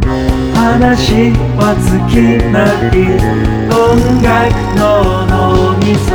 話は尽きない音楽の脳みそ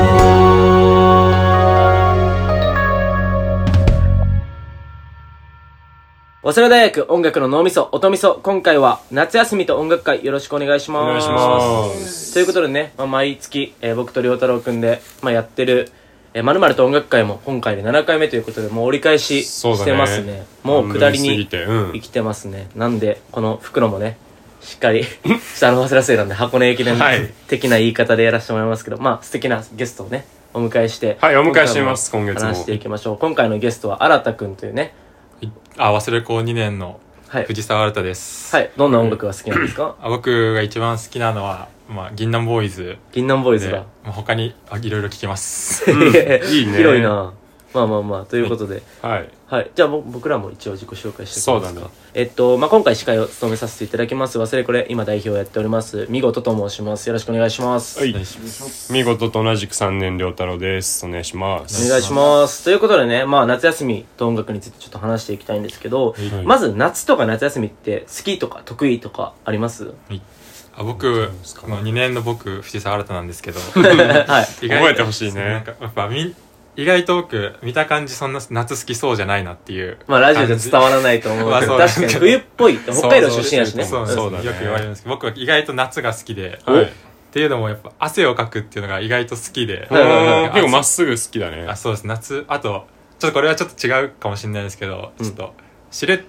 早稲田大学音楽の脳みそ、音みそ、今回は夏休みと音楽会よろしくお願いします。お願いします。ということでね、まあ、毎月、えー僕と良太郎くんで、まあ、やってる、えー、まると音楽会も今回で7回目ということで、もう折り返しそうしだてねますね。もう下り半分過ぎにてうん生きてますね。なんで、この袋もね、しっかり 下の早稲田生なんで箱根駅伝はい的な言い方でやらせてもらいますけど、まあ素敵なゲストをね、お迎えして、はいお迎えしています今月も話していきましょう。今回のゲストは新くんというね、あ、忘れ高2年のはい。藤沢新です。はい。どんな音楽が好きなんですかあ僕が一番好きなのは、まあ、銀杏ボーイズ銀杏ボーイズで、がま。あ、他にあいろいろ聞きま す。いいね広いなまあまあまあ、ということで。はい。はい。じゃあぼ僕らも一応自己紹介していきますか。そうだねえっと、まあ今回司会を務めさせていただきます。忘れこれ、今代表をやっております。見事と申します。よろしくお願いします。はい。見事と同じく三年良太郎です。お願いしまおす。願いします。ということでね、まあ夏休みと音楽についてちょっと話していきたいんですけど、はいまず夏とか夏休みって好きとか得意とかあります あ僕、まあ、2年の僕、藤沢新なんで すけど、 はい。意覚えてほしいねなんかやっぱみん意外と僕、見た感じそんな夏好きそうじゃないなっていう。まあラジオで伝わらないと思うまあけそど、うだね確かに冬っぽい。北海道出身やしね。そうそそううだだ、ねよく言われるんですけど、僕は意外と夏が好きで、はっい。ていうのもやっぱ汗をかくっていうのが意外と好きで、はいはいはいうん結構まっすぐ好きだねあ。そうです夏あとちょっとこれはちょっと違うかもしれないですけど、うんちょっとしれっ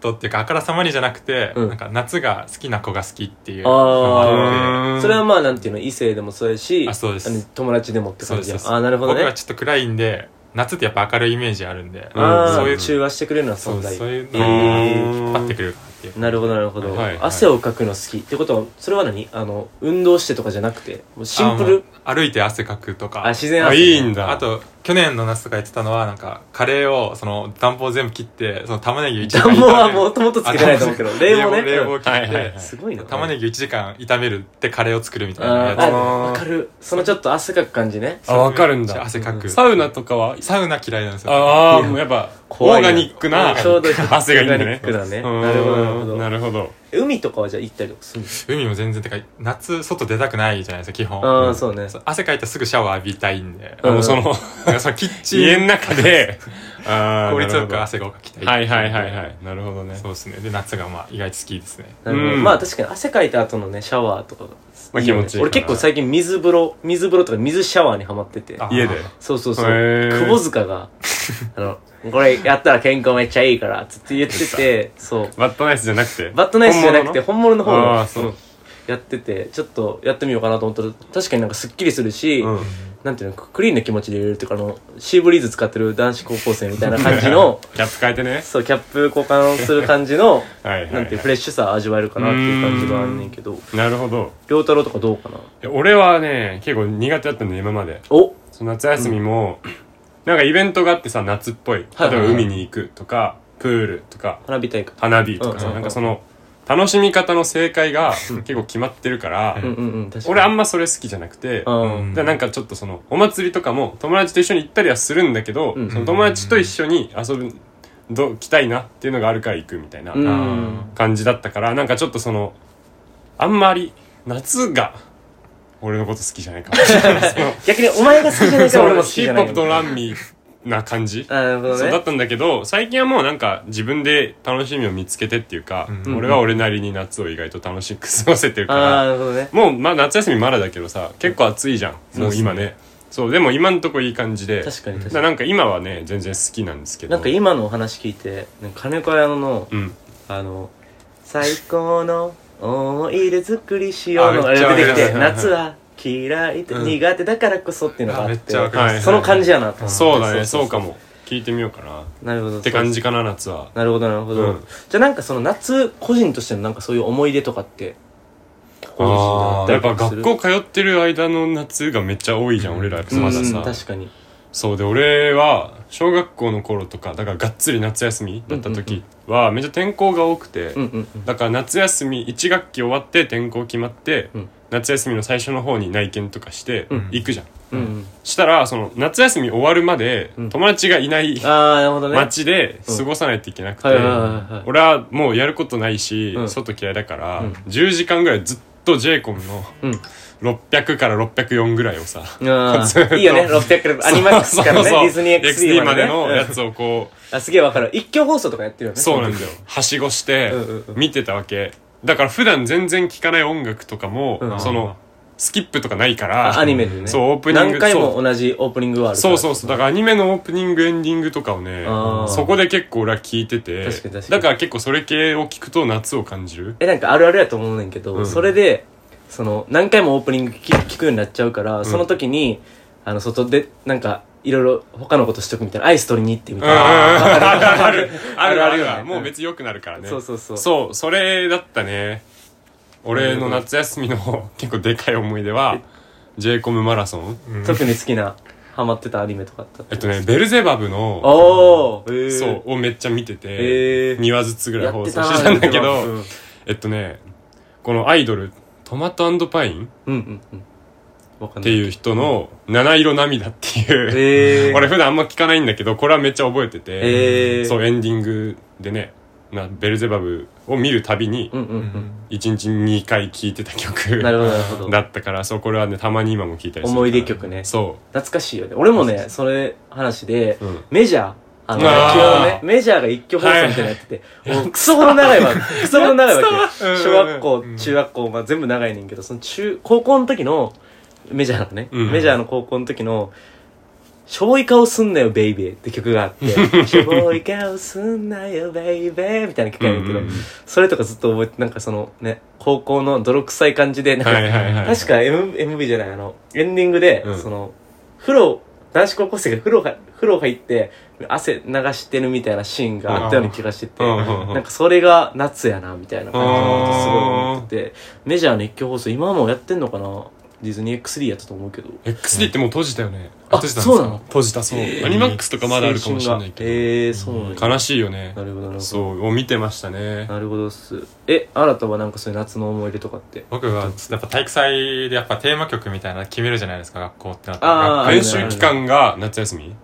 とっていうかあからさまにじゃなくて、うんなんか夏が好きな子が好きっていうあーがうんそれはまあなんていうの異性でもそうやしあそうですの友達でもっあてそう感ですじそうやあーですなるほどね僕はちょっと暗いんで夏ってやっぱ明るいイメージあるんで、んああそういう中和してくれるのはそ存う在そういうのうん引っ張ってくるっていうなるほどなるほど、はいはい汗をかくの好きってことはそれは何あの運動してとかじゃなくてもうシンプルあもう歩いて汗かくとかあ自然あ、汗いいんだ。あ、と去年の夏とかやってたのはなんかカレーをその暖房全部切ってその玉ねぎ一時間暖房はもともとつけてないと思うけど あ冷房ね冷房切って、はいはいはいすごいな玉ねぎ1時間炒めるってカレーを作るみたいなあやつーああわかるそのちょっと汗かく感じねあ、わかるんだ。汗かくサウナとかはサウナ嫌いなんですよああ、もうやっぱ、オ怖いーなガニックなちょうどいい 汗がいいんだね。オーガニックだねうんなるほどなるほどなるほど。海とかはじゃあ行ったりとかするの海も全然てか夏外出たくないじゃないですか基本ああそうねそう汗かいたらすぐシャワー浴びたいんで、あうの、ん その、な んかそのキッチ家のン中で、あー 効率よくなる汗がかきたほいどはいはいはいはい。なるほどね。そうですねで夏がまあ意外と好きですねなるほどうんまあ確かに汗かいた後のねシャワーとかがまあ気持ちいいから俺結構最近水風呂水風呂とか水シャワーにハマっててあ家で。そうそうそう。へー窪塚 が、あの、これやったら健康めっちゃいいから、つって言ってて、そう。バットナイスじゃなくて。バットナイスじゃなくて、本本物の方あーそうんやってて、ちょっとやってみようかなと思ったら、確かになんかスッキリするし、物のうん。なんていうの、クリーンな気持ちで入れるっていうか、あの、シーブリーズ使ってる男子高校生みたいな感じの、 キャップ変えてね。そう、キャップ交換する感じの、はいはいはい。なんていうフレッシュさ味わえるかなっていう感じがあんねんけど、なるほど。良太郎とかどうかないや俺はね、結構苦手だったんだよ、今まで。おその夏休みも、なんかイベントがあってさ、夏っぽい。は例いえば海に行くとか、プールとか、花火大会。花火とかうんさ、うんなんかその、楽しみ方の正解が結構決まってるからう、んうんうん、確かに。俺あんまそれ好きじゃなくて、うん。でなんかちょっとそのお祭りとかも友達と一緒に行ったりはするんだけど、うんその友達と一緒に遊ぶど来たいなっていうのがあるから行くみたいなうん。感じだったから、なんかちょっとそのあんまり夏が俺のこと好きじゃない かもしれない逆にお前が好きじゃないか そらの俺も好きヒじゃッないプホップとランミーな感じ、あなるほどそうだねったんだけど最近はもうなんか自分で楽しみを見つけてっていうか、うん俺は俺なりに夏を意外と楽しく過ごせてるかあらあなるほどねもう、まあ、夏休みまだだけどさ結構暑いじゃんもう今ねそうでも今んとこいい感じで確かにだ確かからなんか今はね全然好きなんですけにどなんか今のお話聞いてなんか金子屋のうんあの「最高の思い出作りしよう」のああめっれちゃがわか出りてきますて「夏は嫌い」ってうん苦手だからこそっていうのがああめっってちゃわかります、はいその感じやなと思ってそうだねそうかもも聞いてみようかなっなるほどって感じかな夏はなるほどなるほうどんじゃあなんかその夏個人としてのなんかそういう思い出とかってあーやっぱ学校校通ってる間の夏がめっちゃ多いじゃん、俺らまださ、確かにそうで俺は小学校の頃とかだからがっつり夏休みだった時はめっちゃ転校が多くて、うんうんうんだから夏休み1学期終わって転校決まって、うん夏休みの最初の方に内見とかしてうん行くじゃん、うんうんしたらその夏休み終わるまでうん友達がいないああなるほどね街で過ごさないといけなくてうんはいはいはいはい俺はもうやることないし、うん外嫌いだから、ん10時間ぐらいずっと j イコムのうん600から604ぐらいをさあずっーといいよね600アニ マックスからねそうそうそうディズニー XD まで,、ね、 XD のやうんつをこう、あすげえわかる一挙放送とかやってるよねそうなんだよはしごしてうんうんうん見てたわけだから普段全然聴かない音楽とかも、うんそのスキップとかないからあアニメでねそうオープニング何回も同じオープニングはあるかそらうそうそうだからアニメのオープニングエンディングとかをねあーそこで結構俺は聞いてて確かに確かにだから結構それ系を聞くと夏を感じるえなんかあるあるやと思うねんけど、うんそれでその何回もオープニング聞聞くようになっちゃうから、その時にあの外でなんかいろいろ他のことしとくみたいなアイス取りに行ってみたいな、あ るあるあるあるあるわもう別に良くなるからねそうそうそうそうそれだったね俺の夏休みの結構でかい思い出は j コムマラソン特に好きなハマってたアニメとかあったえっとねベルゼバブのおーへーそうをめっちゃ見てへてー2話ずつぐらいや放っ送てたなしてたんだけどうんえっとねこのアイドルトマトパインっうんうんうんわかんてないいう人の七色涙っていうえー、俺普段あんま聞かないんだけどこれはめっちゃ覚えてて、へーそうエンディングでねなベルゼバブを見るたびにうんうん1日2回聴いてた曲うんなるほどなるほどだったからそうこれはねたまに今も聴いたりするから思い出曲ねそ懐かしいよね俺もねそれ話で、うんメジャーあの、うわー野球のね、メジャーが一挙放送みたいなのやってて、もうクソほど長いわ、 クソほど長いわけ。やってた小わうん学校、中学校、まあ全部長いねんけど、その中、高校の時の、メジャーのね、うんメジャーの高校の時の、小イカをすんなよ、ベイベーって曲があっ て、小イカをすんなよ、ベイベーみたいな曲があるんだけど、うんうんうんそれとかずっと覚えて、なんかそのね、高校の泥臭い感じで、うなんか、はいはいはい確か M MV じゃないあのエンディングで、うんその風呂男子高校生が風呂が風呂入って汗流してるみたいなシーンがあったような気がしてて、うんうんうんなんかそれが夏やなみたいな感じのことすごい思っててメジャーの一挙放送今もやってんのかなディズニー XD やったと思うけど XD ってもう閉じたよねあ閉じたんですかそうなの閉じたそうアニマックスとかまだあるかもしれない青春けがえー、そうなんどだ悲しいよねなるほどなるほどそうを見てましたねなるほどっすえ新たはなんかそういう夏の思い出とかって僕はやっぱ体育祭でやっぱテーマ曲みたいなの決めるじゃないですか学校ってなったあーらあるね練習期間が夏休み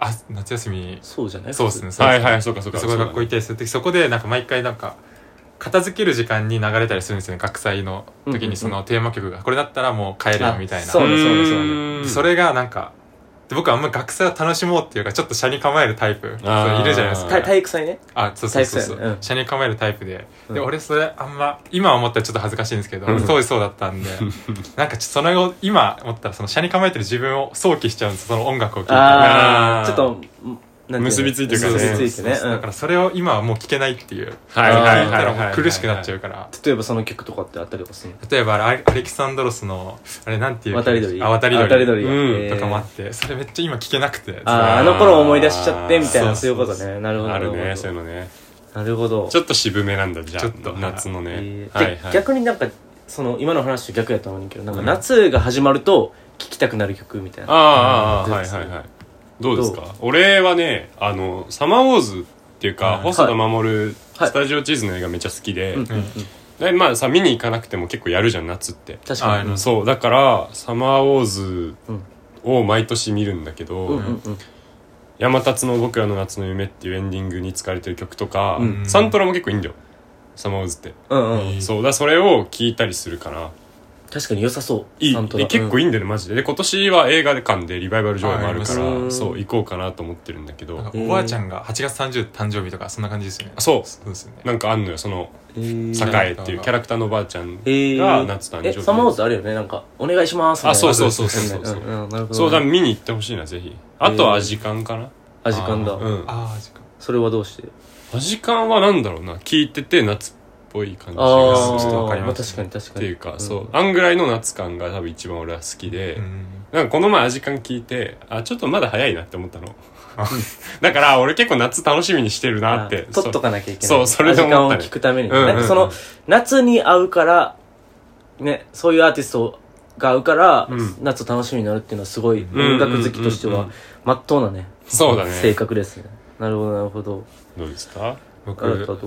あ夏休みそうじゃないそうですねそうはでいすねはいそうかそうかすごい学校い行ったりする時そこでなんか毎回なんか片付ける時間に流れたりするんですよね学祭のうんうん時うんにそのテーマ曲がこれだったらもう帰れよみたいあなそうねそうねそうねでそれがなんかで僕はあんま学祭を楽しもうっていうかちょっと車に構えるタイプあーそういるじゃないですたか体育祭ねあそうそうそうそ体育祭ねううん車に構えるタイプででうん俺それあんま今思ったらちょっと恥ずかしいんですけどうん当時そうだったんでなんかちょっとその後今思ったらその車に構えてる自分を想起しちゃうんですその音楽を聴いてあああーちょっとなんてうの結びついてるからね結びついてねそうそうそうだからそれを今はもう聞けないっていうはいはいはい聞いたらもう苦しくなっちゃうから例えばその曲とかってあったりとかするの例えばあれアレキサンドロスのあれなんていう渡り鳥あ渡りあ鳥がうんえーとかもあってそれめっちゃ今聞けなくてあーあの頃思い出しちゃってみたいなそういうことそうねなるほどあるなねほそうどいうのねなるほどちょっと渋めなんだじゃあちょっと夏のねえーはでいはい逆になんかその今の話と逆やと思うねんだけどなんか夏が始まると聴きたくなる曲みたいなあーあーうんあーはいはいはいどうですか俺はねあのサマーウォーズっていうかはい細田守はいスタジオ地図の映画めっちゃ好きでうんうんうんでまあさ見に行かなくても結構やるじゃん夏って確かあにのそうだからサマーウォーズうんを毎年見るんだけど、うんうんうん山立の僕らの夏の夢っていうエンディングに使われてる曲とか、うんサントラも結構いいんだよサマーウォーズって、うんうんえーそうだからそれを聞いたりするから確かに良さそういいサントラで結構いいんだよねマジでで今年は映画館でリバイバル上映もあるかあありまらすそう行こうかなと思ってるんだけどなんかおばあちゃんが8月30日誕生日とかそんな感じですよねあそうそうですよねなんかあんのよそのうんへー栄っていうキャラクターのおばあちゃんえーが夏誕生日えサマーウォーズあるよねなんかお願いしますみたいなあそうそうそうそうやつですよねそうそうんんなるほどそうだ見に行ってほしいなぜひあとはアジカンかな、あ時間だあーうんああ時間それはどうしてアジカンはなんだろうな聞いてて夏っぽい感じがあすあるわかりまあます確かに確っかてにいうか、そうんあんぐらいの夏感が多分一番俺は好きで、うんなんかこの前味感聞いてあちょっとまだ早いなって思ったの だから俺結構夏楽しみにしてるなってあ取っとかかなきゃいけないそうそれで時間思っをたね聞くためにうんうんうんなんかその夏に合うからねそういうアーティストが合うからうん夏を楽しみになるっていうのはすごいんうん音楽好きとしてうんうはんまっとうなねそうだね性格ですねなるほどなるほどどうですかあなた僕どう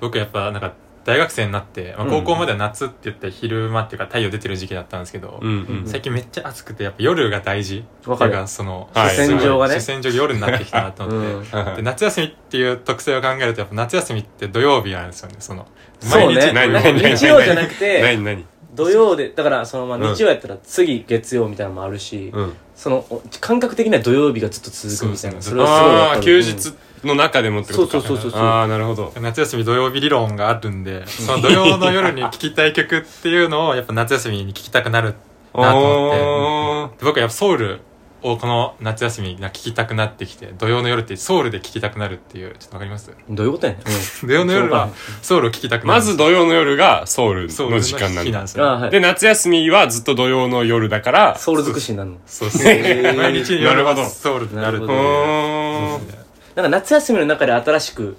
僕やっぱなんか大学生になって、まあ、うん高校までは夏って言って昼間っていうか太陽出てる時期だったんですけど、うんうん最近めっちゃ暑くてやっぱ夜が大事わかるっていうその、はい主戦場がね主戦場が夜になってきたなと思って、うん で夏休みっていう特性を考えるとやっぱ夏休みって土曜日なんですよねそのそうね毎 日何なんか何何日曜じゃなくて何何土曜でだからそのまあうん日曜やったら次月曜みたいなのもあるし、うんそのお感覚的には土曜日がずっと続くみたいなそそうれそうはすごいわあかある休日の中でもってことかそうそうそうそうああなるほど夏休み土曜日理論があるんでその土曜の夜に聴きたい曲っていうのをやっぱ夏休みに聴きたくなるなと思 ってあで僕はやっぱソウルをこの夏休みが聴きたくなってきて土曜の夜ってソウルで聴きたくなるっていうちょっとわかりますうんどういう ことやねん、土曜の夜はソウルを聴きたくなるまず土曜の夜がソウルソウルの時間なん日だんですあよあはいで夏休みはずっと土曜の夜だからソウル尽くしになるのそうそうへー 毎日な夜るほはどソウルになるってなうるいうーんなんか夏休みの中で新しく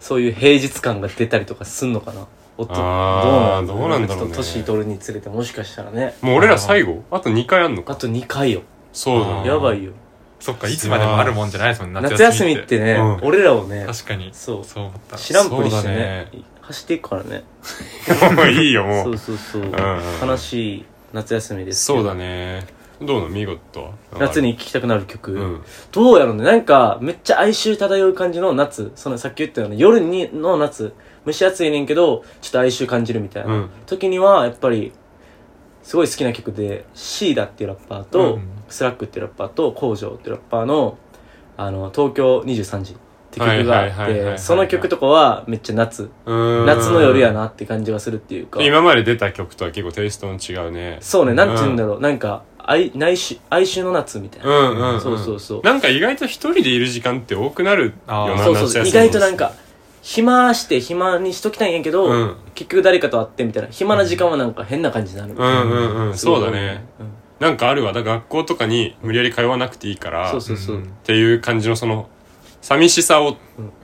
そういう平日感が出たりとかすんのかなおっとあーどうなんだどうなんだろうちょねっと年取るにつれてもしかしたらねもう俺ら最後あと2回あんのあかと2回よそうだあねーやばいよそっかいつまでもあるもんじゃないですもんね夏休みってね、うん俺らをね確かにそうそう思った知らんぷりしてねそう走っていくからねもういいよもそううそうそう、ん悲しい夏休みですけどそうだねどうなの見事は夏に聴きたくなる曲、うんどうやろうねなんかめっちゃ哀愁漂う感じの夏そのさっき言ったような夜にの夏蒸し暑いねんけどちょっと哀愁感じるみたいな、うん時にはやっぱりすごい好きな曲でシーダっていうラッパーと、うんスラックっていうラッパーと工場っていうラッパーの「あの東京23時」って曲があはっいはいはいはいはいはていその曲とかはめっちゃ夏夏夏の夜やなって感じがするっていうか今まで出た曲とは結構テイストの違うねそうねなんて言うんだろう、なんか哀内緒哀愁の夏みたいな、うんうん、うん、そうそうそうなんか意外と一人でいる時間って多くなるよあーなそうそう夏休み意外となんか暇して暇にしときたいんやけど、うん結局誰かと会ってみたいな暇な時間はなんか変な感じになるみうたいな、んうんうんすごそいうだね、うんなんかあるわだから学校とかに無理やり通わなくていいからそうそうそう、っていう感じのその寂しさを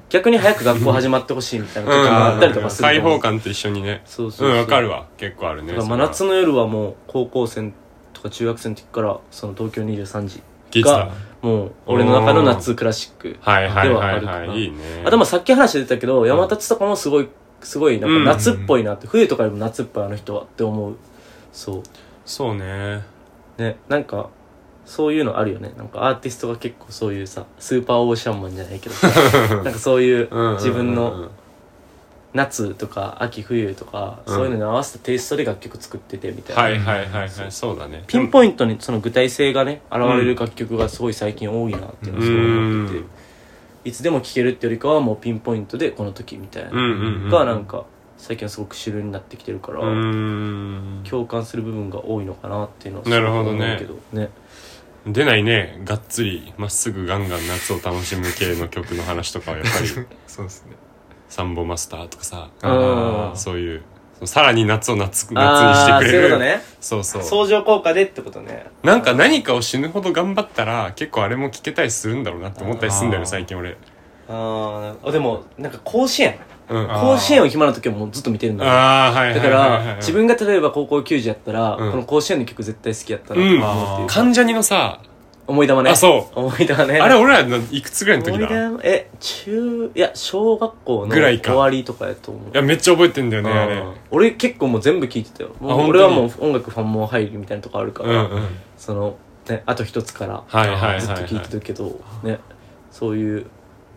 逆に早く学校始まってほしいみたいな時もあったりとかする開と思う放感と一緒にねそうそううそうんわかるわ結構あるねだから真夏の夜はもう高校生とか中学生の時からその東京23時聞いてたがもう俺の中の夏クラシックはいはでいはいはあるはかないいいねあとまあさっき話出たけど山立とかもすごいすごいなんか夏っぽいなって、冬とかよりも夏っぽいあの人はって思うそうそうねねなんかそういうのあるよねなんかアーティストが結構そういうさスーパーオーシャンマンじゃないけど さなんかそういううんうんうんうん自分の夏とか秋冬とか、うんそういうのに合わせたテイストで楽曲作っててみたいな、はいはいはいはいそうだねピンイポイントにその具体性がね現れる楽曲がすごい最近多いなっていうのはすごい思ってて、うんいつでも聴けるってよりかはもうピンポイントでこの時みたいな、うんうんうんがなんか最近はすごく主流になってきてるから、うーん共感する部分が多いのかなっていうのはなるほすごどねく思うけどね出ないねがっつりまっすぐガンガン夏を楽しむ系の曲の話とかはやっぱ りそうですねサンボマスターとかさあーそういうそのさらに夏を夏夏にしてああーくれるそういうことねそうそう相乗効果でってことねなんか何かを死ぬほど頑張ったら結構あれも聞けたりするんだろうなって思ったりするんだよねあー最近俺あーあでもなんか甲子園うんああ甲子園を暇な時はもうずっと見てるんだよあーはいはいだかはいはいら自分が例えば高校球児やったら、うんこの甲子園の曲絶対好きやったなうん思うっていう関ジャニのさ思い玉ねあそう思い玉ねあれ俺らのいくつぐらいの思時いだい玉え中いや小学校のぐらいか終わりとかやと思うやめっちゃ覚えてんだよねあれうん俺結構もう全部聴いてたよもうあ本当に俺はもう音楽ファンも入るみたいなとこあるかうら、んうんその、ね、あと一つからはいはいはいはいずっと聴いてるけど、ねそういう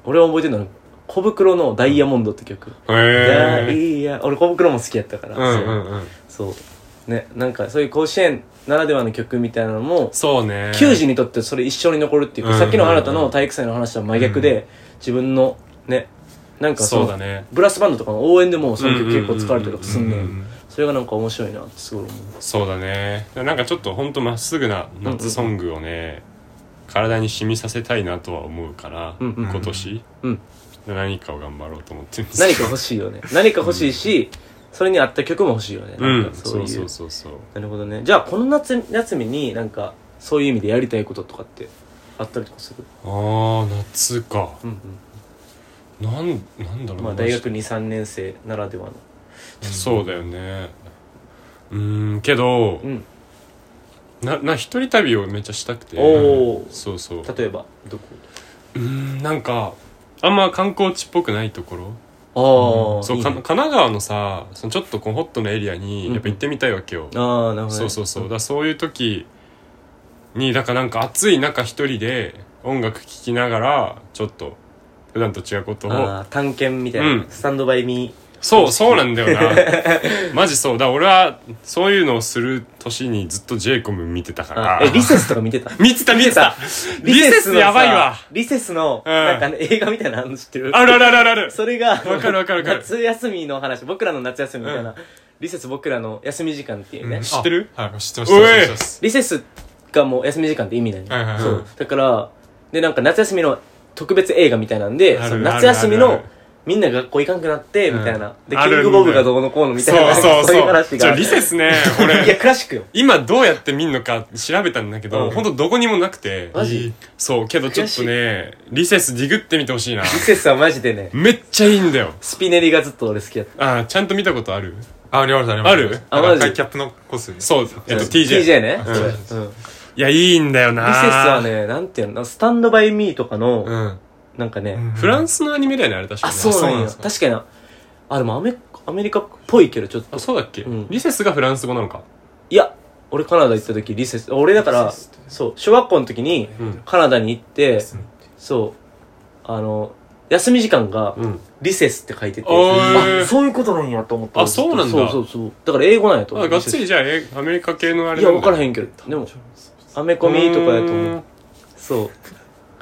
俺は覚えてるのは小袋の「ダイヤモンド」って曲、ダへえイヤ俺小袋も好きやったから、うんうんうんそうそうねなんかそういう甲子園ならではの曲みたいなのもそうね球児にとってそれ一生に残るっていうか、うんさっきの新たの体育祭の話とは真逆で、自分のねなんかそそのうだねブラスバンドとかの応援でもその曲結構使われたりとかすんねうんうんうんんそれがなんか面白いなってすごい思うそうだねなんかちょっとほんとまっすぐな夏ソングをね体に染みさせたいなとは思うからうんうん今年うん何かを頑張ろうと思ってます何か欲しいよね何か欲しいし、それに合った曲も欲しいよね うなんんかそうそいううそうそうそうなるほどねじゃあこの夏休みになんかそういう意味でやりたいこととかってあったりとかするああ夏かうんなんなんだろううんなまあ大学23年生ならではのそうだよねうーんけどうんなな一人旅をめっちゃしたくておーそうそうう例えばどこーんなんかあんま観光地っぽくないところああ、そういいかね神奈川のさそのちょっとこうホットなエリアにうんやっぱ行ってみたいわけよ、ああなるほどね、そうそうそうだからそういう時にだからなんか暑い中一人で音楽聴きながらちょっと普段と違うことをああ探検みたいな、うんスタンドバイミそうそうなん だよなマジそうだから俺はそういうのをする年にずっと j イコム見てたかーあらえリセスとか見てた見てた見てた リセのスさやばいわリセスの、うんなんか、ね、映画みたいなの知ってるあるあるあるあるあるそれがわかるわかるわかる夏休みの話僕らの夏休みみたいな、リセス僕らの休み時間っていうね、うん知ってるあはい、知ってます。知っておいます。リセスがもう休み時間って意味ない、はいはいはいそうだからでなんか夏休みの特別映画みたいなんであるそのあ夏る休みあるのみんな学校行かんくなって、みたいなでキあるんだンよグボブがどうのこうのみたいなそうそういうそう話じゃあがリセスねいや俺クラシックよ今どうやって見んのか調べたんだけど、うんほんとどこにもなくてマジそうけどちょっとねリセスディグってみてほしいなリセスはマジでねめっちゃいいんだよスピネリがずっと俺好きやったあーちゃんと見たことあるあ、あります、あります。あるなんあかマジ赤いキャップのコス。そう、えっと、うん TJ, TJ ね、うんそれういんリセスやいいんだよなはねなんていうのスタンドバイミーとかの、うんなんかね、フランンスのアニメだよねあれ確かあ、にそうなんそうなんや。ですか確かにな。あ、でもアメアメリカっぽいけど、ちょっとあ。そうだっけ、うんリセスがフランス語なのかいや、俺カナダ行った時、リセス、俺だから、そう、小学校の時にうんカナダに行って、そう、あの、休み時間がうんリセスって書いてて、おーあそういうことなんやと思った。あそうなんだそうそうそう。だから英語なんやと思あう。がっつリりセじゃあえアメリカ系のあスれいや、分からへんんけど。でも、アメコミとかやと思うーんう。そう。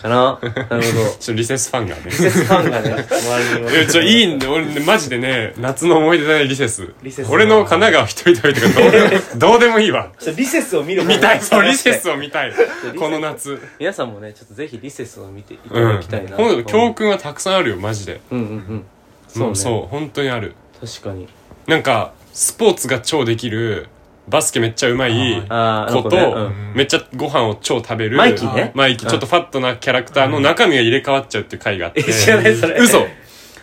かななるほど。ちょっとリセスファンがね リセスファンがね、周りにいや、ち ょ、いいんで、俺ね、マジでね、夏の思い出だね、リセス。リセス俺の神奈川一人旅と かどう、どうでもいいわ。ちょリセスを見る方が見たい、そう、リセスを見たい。この夏。皆さんもねちょっとぜひリセスを見ていたうだん。きたいな、ほんと教訓はたくさんあるよ、マジで。うんうんうんそう、ねそう、本当にある。確かになんか、スポーツが超できる、バスケめっちゃうまいああ子と、んめっちゃご飯を超食べる。マイキーねマイキー、ちょっとファットなキャラクターの中身が入れ替わっちゃうっていう回があって。え知らないそれ嘘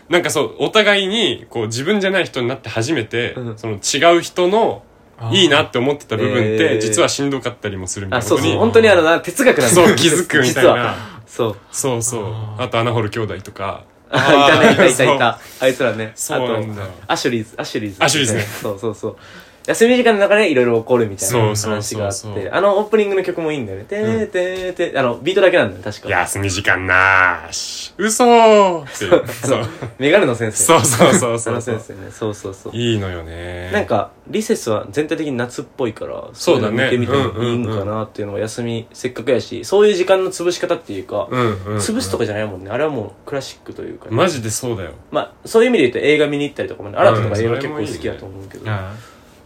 なんかそう、お互いに、こう、自分じゃない人になって初めて、うんその違う人の、いいなって思ってた部分って、えー実はしんどかったりもするみたいあなそこうとにそう本当にあのな哲学なんだそう気づくみたい実はなそうそうそうあーあと穴掘る兄弟とかあいたねいたいたいそたあいつらねそうなんだよあとアシュリーズアシュリーズアシュリーズねそうそうそう休み時間の中でいろいろ起こるみたいそなうそう話そうがあそうってあのオープニングの曲もいいんだよね「てーてーてー」あのビートだけなんだよね確か休み時間なーし嘘ーってい うそうメガネの先生そうそうそうそ そのうそ先う生ねそうそうそういいのよねなんかリセスは全体的に夏っぽいからそうだいのね見てみてうんうもんうんいいんかなっていうのは休みせっかくやしそういう時間の潰し方っていうか、うんうん潰すとかじゃないもんねあれはもうクラシックというかね、マジでそうだよまあそういう意味で言うと映画見に行ったりとかもね新たとか映画うん結それ構もいいね好きやと思うけど、うん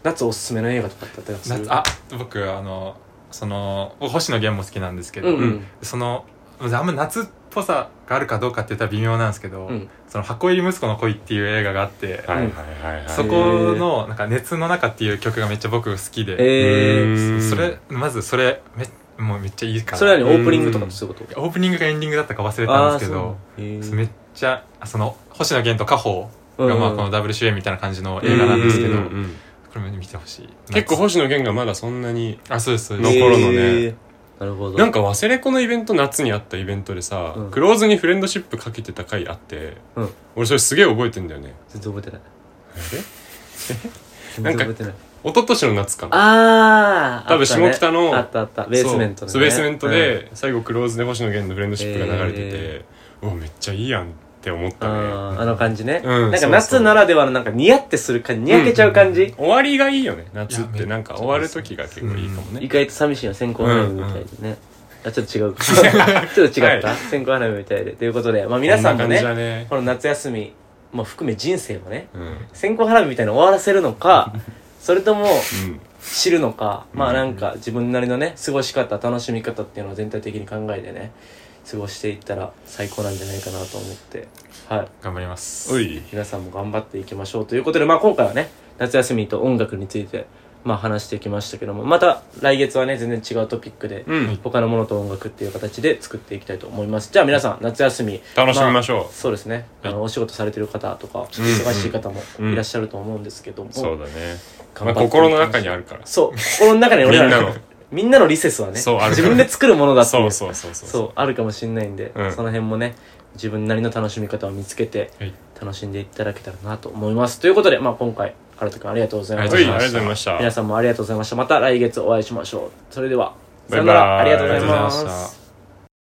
夏おすすめの映画とかってあったりする夏あ僕あのその僕星野源も好きなんですけど、うんうんそのあんま夏っぽさがあるかどうかって言ったら微妙なんですけど「うんその箱入り息子の恋」っていう映画があって、はいはいはいそはこの「なんか熱の中」っていう曲がめっちゃ僕好きで、えー、ーそれまずそれめもうめっちゃいいからそれはねうオんープニングとかとそういうことオープニングかエンディングだったか忘れたんですけあどーそうめっちゃその星野源と家宝がまあうんこのダブル主演みたいな感じのう映画なんですけど、ううんうんこれも見てほしい結構星野源がまだそんなにあそうですそうへでーすの頃のねへーなるほどなんか忘れ子のイベント夏にあったイベントでさ、うんクローズにフレンドシップかけてた回あって、うん俺それすげえ覚えてんだよね全然覚えて ない全なん然覚かえてない一昨年の夏かなああ多分下北のあったあったベースメントそのねうそうベースメントで、最後クローズで星野源のフレンドシップが流れてて、えうわめっちゃいいやんって思っうんたねあーあの感じねうんなんそかう夏ならではのなんかニヤってする感じにやけちゃう感じ終わりがいいよね夏っいてやなんか終わる時が結構いいかもね意、外と寂しいの線香花火みたいでねあちょっと違 うかちょっと違ったは線香花火みたいでということでまあ皆さんもこんな感ねじだねこの夏休みも含め人生もねうん、うん線香花火みたいなの終わらせるの かそれとも知るのかまあなんか自分なりのね過ごし方楽しみ方っていうのを全体的に考えてね過ごしていったら最高なんじゃないかなと思ってはい頑張りますおい皆さんも頑張っていきましょうということで、まあ、今回はね夏休みと音楽について、まあ、話してきましたけどもまた来月はね全然違うトピックで、うん他のものと音楽っていう形で作っていきたいと思いますじゃあ皆さん夏休み楽しみましょうあそうですねあのお仕事されてる方とかん忙しい方もうんいらっしゃると思うんですけども、そうだね、ま頑張あ、っていきましょう心の中にあるからそう心の中に俺らみんなのみんなのリセスはねそうあるか自ら分で作るものだっていそううそうそうそうそうあるかもしれないんで、うんその辺もね自分なりの楽しみ方を見つけてはい楽しんでいただけたらなと思いますということで、まあ、今回新く君ありがとうございましたはいありがとうございました皆さんもありがとうございましたまた来月お会いしましょうそれではさバイバイよならありがとうございまありがとうございましすた